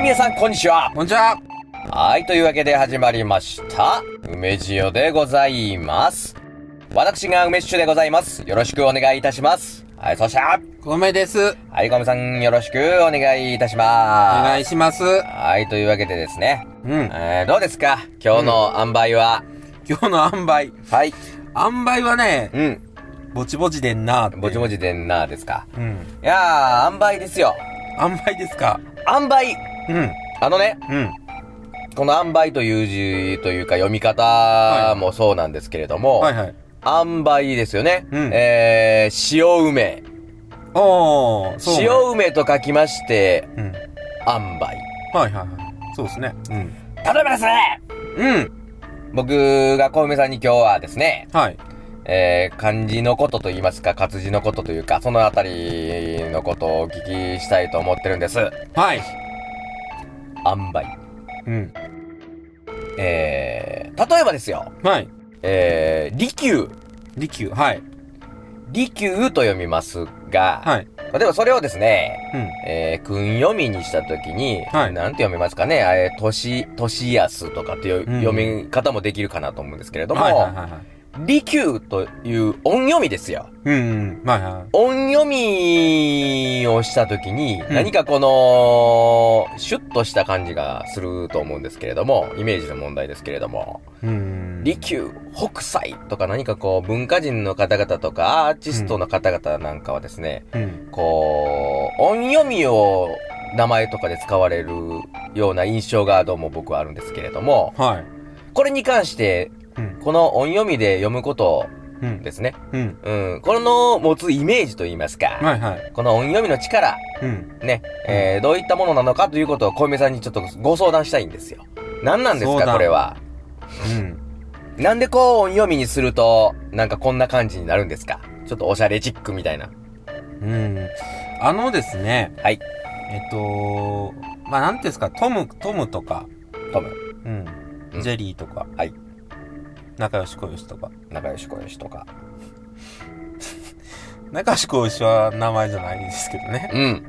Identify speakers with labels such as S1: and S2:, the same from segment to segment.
S1: 皆さん、こんにちは。
S2: こんにちは。
S1: はい、というわけで始まりました。梅塩でございます。私が梅酒でございます。よろしくお願いいたします。はい、そして、は
S2: コメです。
S1: い、ごめさん、よろしくお願いいたし
S2: お
S1: ま
S2: 願いします。
S1: す。はい、というわけでですね。
S2: うん。
S1: えー、どうですか今日の塩梅は。
S2: 今日の塩梅。
S1: はい。
S2: 塩梅はね、
S1: うん。
S2: ぼちぼちでんなって。
S1: ぼちぼちでんなですか。
S2: うん。
S1: いやー、塩梅ですよ。
S2: 塩梅ですか。
S1: 塩梅
S2: うん。
S1: あのね、
S2: うん。
S1: この塩梅という字というか読み方もそうなんですけれども、
S2: はいはい。
S1: 塩梅ですよね。
S2: うん
S1: えー、塩梅。
S2: おー、そう、ね。
S1: 塩梅と書きまして、
S2: うん。
S1: 塩梅。
S2: はいはいはい。そうですね。うん。
S1: 例えばですね、
S2: うん。
S1: 僕が小梅さんに今日はですね、
S2: はい。
S1: えー、漢字のことと言いますか、活字のことというか、そのあたりのことをお聞きしたいと思ってるんです。
S2: はい。
S1: 塩梅。
S2: うん。
S1: えー、例えばですよ、
S2: はい。
S1: えー、利休。
S2: 利休。はい。
S1: 利休と読みますが、
S2: はい。
S1: 例えばそれをですね、
S2: うん。
S1: えー、訓読みにしたときに、
S2: はい
S1: なんて読めますかね、えー、年、年安とかっていう
S2: うん
S1: 読み方もできるかなと思うんですけれども、
S2: はいはいはいはい。
S1: 利休という音読みですよ。
S2: うん、うん。はいはい。
S1: 音読みをしたときに、
S2: ん
S1: 何かこの、シュッとした感じがすると思うんですけれども、イメージの問題ですけれども、
S2: うん。
S1: 利休、北斎とか何かこう、文化人の方々とか、アーティストの方々なんかはですね、
S2: うん。
S1: こう、音読みを名前とかで使われるような印象がどうも僕はあるんですけれども、
S2: はい。
S1: これに関して、
S2: うん。
S1: この音読みで読むこと
S2: うん。
S1: ですね。
S2: うん。
S1: うん。この持つイメージといいますか、
S2: はいはい。
S1: この音読みの力、
S2: うん。
S1: ね、えーどういったものなのかということを小梅さんにちょっとご相談したいんですよ。何なんです
S2: 相
S1: か、
S2: 談
S1: これは。
S2: うん。
S1: なんでこう音読みにすると、なんかこんな感じになるんですかちょっとオシャレチックみたいな。
S2: うん。あのですね。
S1: はい。
S2: えっと、まあ、なんていうんですか、トム、トムとか、
S1: トム、
S2: うん
S1: うん、
S2: ジェリーとか、
S1: はい。
S2: 仲良しこよしとか。
S1: 仲良しこよしとか。
S2: 仲良しこよしは名前じゃないですけどね。
S1: うん、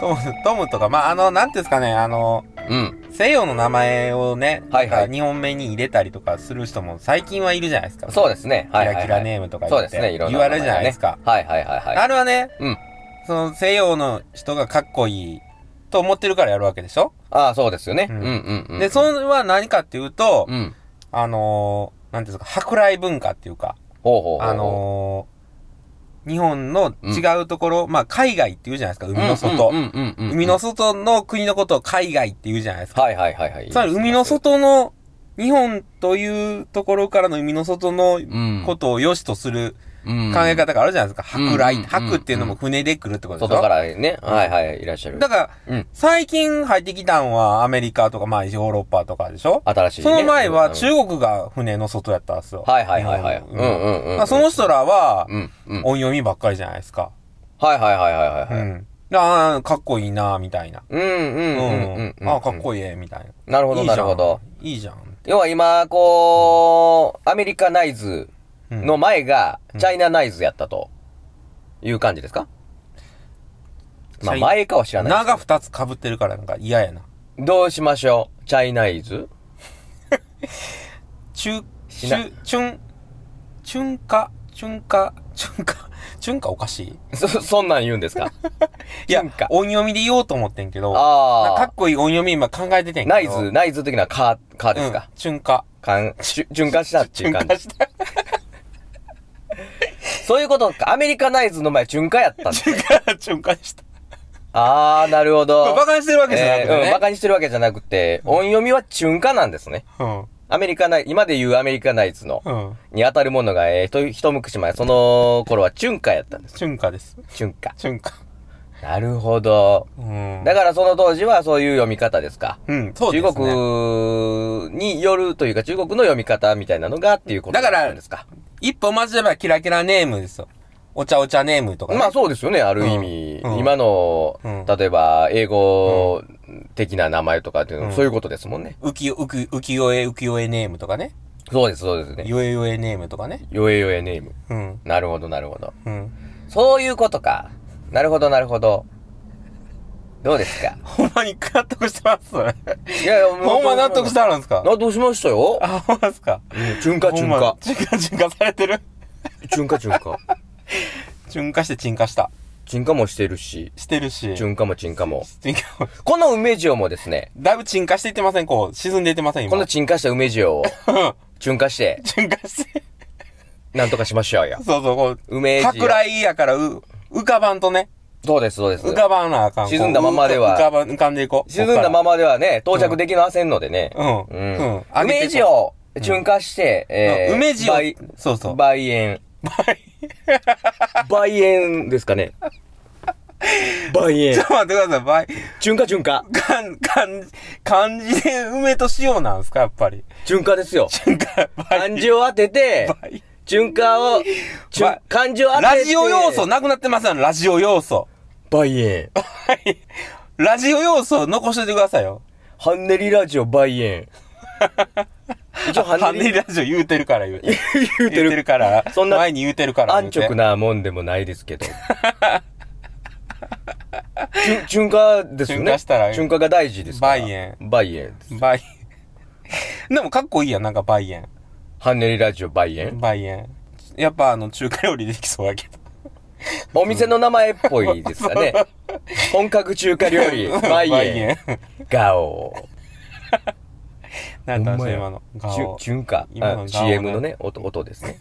S2: トム、トムとか、まあ、あの、なんていうんですかね、あの、
S1: うん。
S2: 西洋の名前をね、
S1: はいはい
S2: なんか日本名に入れたりとかする人も最近はいるじゃないですか。
S1: そう
S2: で
S1: ですね。
S2: キ
S1: はいはい、はい。
S2: ラキラネームとか言
S1: そう
S2: っ
S1: で
S2: て、
S1: すね。いろんな
S2: 言われるじゃないですか。
S1: 名前がね。はいはいはいは
S2: あ
S1: い。
S2: れはね、
S1: うん
S2: その西洋の人がかっこいいと思ってるからやるわけでしょ、
S1: ああ、そうですよね。う
S2: うんん
S1: うんうん。
S2: で、それは何かっていうと、
S1: うん。
S2: あのー、なんていうんですか、舶来文化っていうか、
S1: ほうほうほうほう。
S2: あのー、日本の違うところ、まあ海外って言うじゃないですか、海の外。
S1: うんうんうんうん。
S2: 海の外の国のことを海外って言うじゃないですか。
S1: はいはいはいはい。
S2: つまり海の外の、日本というところからの海の外の
S1: うん
S2: ことを良しとする
S1: うん、
S2: 考え方があるじゃないです
S1: う
S2: か。
S1: ん
S2: 舶来、
S1: うん
S2: 舶っていうのも船で来るってことでしょ
S1: 外からね。はいはい、いらっしゃる。
S2: だから、
S1: うん。
S2: 最近入ってきたんはアメリカとか、まあヨーロッパとかでしょ
S1: 新しい、ね。
S2: その前は
S1: うん
S2: 中国が船の外やったんですよ。
S1: はいはいはいはい。うん
S2: 日本
S1: う
S2: の
S1: んうんうん。
S2: まあ、その人らは、
S1: うんうん。
S2: 音読みばっかりじゃないですか。
S1: はいはいはいはいうはい。
S2: ん。ああ、かっこいいな、みたいな。
S1: うんうん
S2: う
S1: うんうん
S2: ん。
S1: うん。
S2: ああ、かっこいい、みたいな。
S1: いい。なるほど
S2: いい
S1: な
S2: じ
S1: る
S2: ゃ
S1: ほ
S2: ん
S1: ど。。
S2: いいじゃん。
S1: 要は今、こう、アメリカナイズ
S2: うん
S1: の前が、
S2: うん
S1: チャイナナイズやったと、いう感じですか、まあ、
S2: チャイ
S1: 前かは知らないです
S2: 名が二つ被ってるからなんか嫌やな。
S1: どうしましょうチャイナイズ
S2: チュ、
S1: し
S2: チ
S1: な
S2: ュ、チュン、チュンカ、チュンカ、チュンカ、チュンカおかしい
S1: そ、そんなん言うんです か
S2: いや
S1: チュンカ、
S2: 音読みで言おうと思ってんけど、なんかか
S1: あ
S2: っこいい音読み今考えてて
S1: あ。
S2: んけど。
S1: ナイズ、ナイズ的なカー、カーですか
S2: う、ん、チュン カ。
S1: かん、しゅ、循環したって
S2: チ
S1: い
S2: ュ
S1: う
S2: ン
S1: 感じ
S2: カ。した。
S1: そういうことか。アメリカナイズの前、循環や ったんだ
S2: チュンカ、チュンカした。
S1: ああ、なるほど。
S2: バカにしてるわけじゃなく
S1: え
S2: て
S1: ーうん、バ
S2: ね。
S1: カにしてるわけじゃなくて、音読みは循環なんですね。アメリカナイ、今で言うアメリカナイズの、
S2: うん。うん。
S1: に当たるものが、えー、ひと、一昔前、その頃は循環やったんです。
S2: チュンカです。
S1: 循環。
S2: チュンカ。
S1: なるほど。
S2: うん。
S1: だからその当時はそういう読み方ですか。
S2: うん、そうですね。
S1: 中国によるというか中国の読み方みたいなのがっていうこと
S2: だから
S1: なんですか。
S2: 一歩間違えばキラキラネームですよ。お茶お茶ネームとか、ね。
S1: まあそうですよね、ある意味。
S2: うんうん
S1: 今の、
S2: うん
S1: 例えば英語的な名前とかっていうの、
S2: うん
S1: そういうことですもんね。
S2: 浮き、浮き、浮世絵、浮世絵ネームとかね。
S1: そうです、そうですね。
S2: よえよえネームとかね。
S1: よえよえネーム。
S2: うん。
S1: なるほど、なるほど。
S2: うん。
S1: そういうことか。なるほど、なるほど。どうですか
S2: ほんまに納得して ますそれ。
S1: いやいや、。
S2: ほんま納得してたんですか
S1: 納得しましたよ。
S2: あ、ほんまですか
S1: 純化、
S2: ほん
S1: 純
S2: ま
S1: 化。
S2: チンカチンカされてる
S1: 純化、純化。
S2: 沈下して沈下した。
S1: 沈下もしてるし、
S2: してるし。
S1: 純化も沈下も。
S2: 沈下
S1: この梅塩もですね、
S2: だいぶ沈下していってませんこう、沈んでいってません今。
S1: この沈下した梅塩 を、
S2: うん
S1: 純化して、
S2: 沈下して。
S1: なんとかしましょうよ。
S2: そうそう、こう、
S1: 梅塩。
S2: 舶来やから、う、浮かばんとね。
S1: そうです、そうです。
S2: 浮かばんなあかん。こう
S1: 沈んだままでは
S2: 浮かばん、浮かんでいこう。
S1: 沈んだま
S2: ま。
S1: まではね、到着できませんのでね。
S2: うん。
S1: う
S2: うん
S1: ん。。
S2: 上げて
S1: 梅
S2: い
S1: 塩
S2: こ
S1: を純化して、
S2: う
S1: えー
S2: うん梅塩。
S1: 梅
S2: そうそう。
S1: 梅園。 梅園ですかね。梅 園
S2: ちょっ。と待ってください。倍。
S1: 純化純化。
S2: かん、漢字、漢字で梅と塩なんすかやっ ぱり。
S1: 純化ですよ。
S2: なんか、倍。
S1: 漢字を当てて、
S2: 倍。
S1: 純化を、純
S2: ば
S1: 漢字を当てて。
S2: ラジオ要素なくなってますよ、ラジオ要素。
S1: 梅園。
S2: はい。ラジオ要素残しといてくださいよ。
S1: ハンネリラジオ梅 園。一応ハ
S2: ハ
S1: ン
S2: ン
S1: ネ
S2: ネ
S1: リ
S2: リラジオ言うてる から言うて。
S1: 言うてる。
S2: から。
S1: そんな
S2: 前に言うてるから言う
S1: 安
S2: て。
S1: 直なもんでもないですけど。 純化ですよね。
S2: 純化したら
S1: 純化が大事ですから。
S2: 梅園
S1: 梅園。
S2: 倍。 でもかっこいいやん、なんか倍円。
S1: ハンネリラジオ梅 園。
S2: 倍円。やっぱあの、中華料理できそうやけど。
S1: お店の名前っぽいですか ね。本格中華料理、梅 園。。ガオ。
S2: なんだ、
S1: ほんまや
S2: 今の。
S1: じゅ
S2: 顔。
S1: 純化。
S2: 今の
S1: あ
S2: ガオね
S1: CM のね、音音です ね。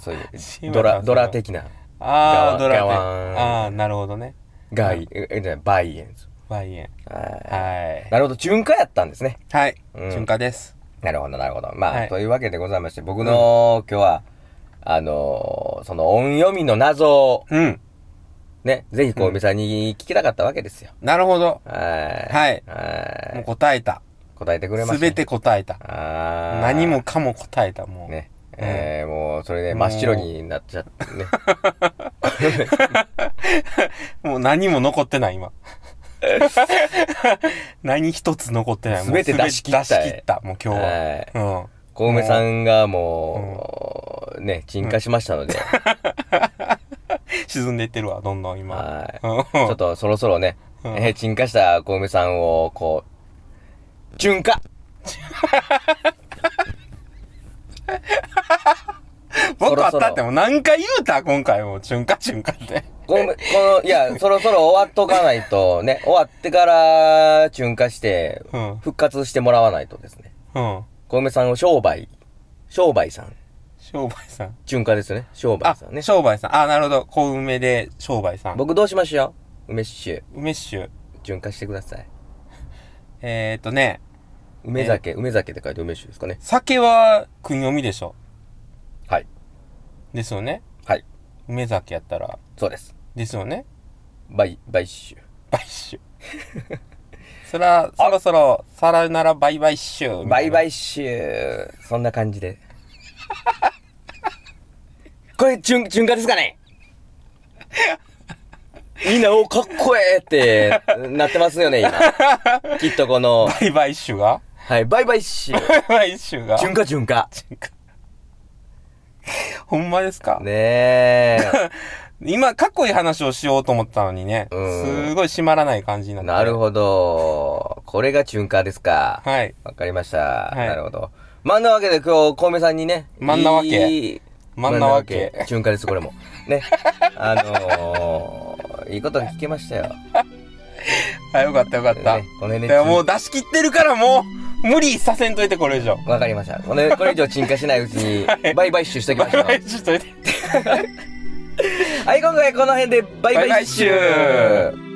S1: そういう、
S2: CM
S1: ド
S2: だ
S1: ラ、
S2: った
S1: ドラ的な。
S2: あー、ド
S1: ガ
S2: ラテ。
S1: ワン
S2: あー、なるほどね。
S1: ガイ、え、えじゃない梅園。
S2: 倍円。
S1: は
S2: はい
S1: い。。なるほど、純化やったんですね。
S2: はい。
S1: うん
S2: 中華です。
S1: なるほど、なるほど。まあ、
S2: はい
S1: というわけでございまして、僕の、今日は、あのーその音読みの謎を、
S2: うん。
S1: ね、ぜひこう、梅さんに聞きたかったわけですよ。
S2: なるほど。
S1: はい。
S2: はい。
S1: は
S2: もう
S1: い。
S2: 答えた。
S1: 答えてくれました。
S2: すべ。て答えた。
S1: あー
S2: 何も。かも答えた、もう。
S1: ね。
S2: うん
S1: えー、もう、それで
S2: もう
S1: 真っ白になっちゃって ね。
S2: もう何も残って ない、今。何一つ残ってない。もう
S1: 全て出し切った
S2: 全て出し切った、もう今日
S1: はい
S2: は。
S1: 小梅さんがもう、ね、沈下しましたので、
S2: うん。沈んでいってるわ、どんどん今。
S1: はい
S2: うん
S1: ちょっとそろそろね、
S2: うん
S1: えー沈下した小梅さんを、こう、純化そ
S2: 僕
S1: ろ
S2: あっ
S1: そろ
S2: たってもう何回言うた今回もう、瞬間瞬間って。
S1: ごめん、この、いや、そろそろ終わっとかないと ね、終わってから、純化して、
S2: うん。うん。
S1: 復活してもらわないとですね。小梅さんを商売、商売さん、
S2: 商売さん。
S1: 純化ですよね。商売
S2: あ
S1: さん、ね。
S2: 商売さん。あ、なるほど。小梅で商売さん。
S1: 僕どうしましょう梅酒、
S2: 梅酒。
S1: 純化してください。
S2: えーっとね、
S1: 梅酒、梅酒って書いて梅酒ですかね。
S2: 酒は訓読みでしょ。
S1: はい。
S2: ですよね。
S1: はい。
S2: 梅酒やったら。
S1: そうです。
S2: ですよね。
S1: 梅、梅酒。
S2: バイッ シュ。そら、そろそろ、さらならバイバイッシュ。
S1: バイバ
S2: イ。
S1: イ酒。そんな感じで。 これ、純、純化ですかね みんな、お、かっこええって、なってますよね、今。きっとこの、
S2: バイバイッシュが
S1: はい、バイバイ酒。
S2: バイバイッシュが。
S1: 純化純化。
S2: ほんまですか、
S1: ね
S2: 今、かっこいい話をしようと思ったのにね。
S1: うん
S2: すごい締まらない感じにな
S1: え。
S2: って。
S1: なるほど。これが純化ですか。
S2: はい。
S1: わかりました。
S2: い
S1: なるほど。まんなわけで今日、小梅さんにね。
S2: まんなわけ
S1: いい
S2: 真ん中わけ。
S1: 中華です、これも。ね。あのー、いいことが聞けましたよ。
S2: あ、よかったよかった。
S1: ねこの辺で
S2: でももう出し切ってるからもう、無理させんといてこれ以上。
S1: わかりました。これこれ以上沈下しないうちに、
S2: はい
S1: バイバイッシュしとき
S2: バ
S1: ま
S2: イ
S1: しょう。
S2: バイッシュしといて。
S1: はい、今回この辺でバイバイッシ
S2: バイバイッシ
S1: ュ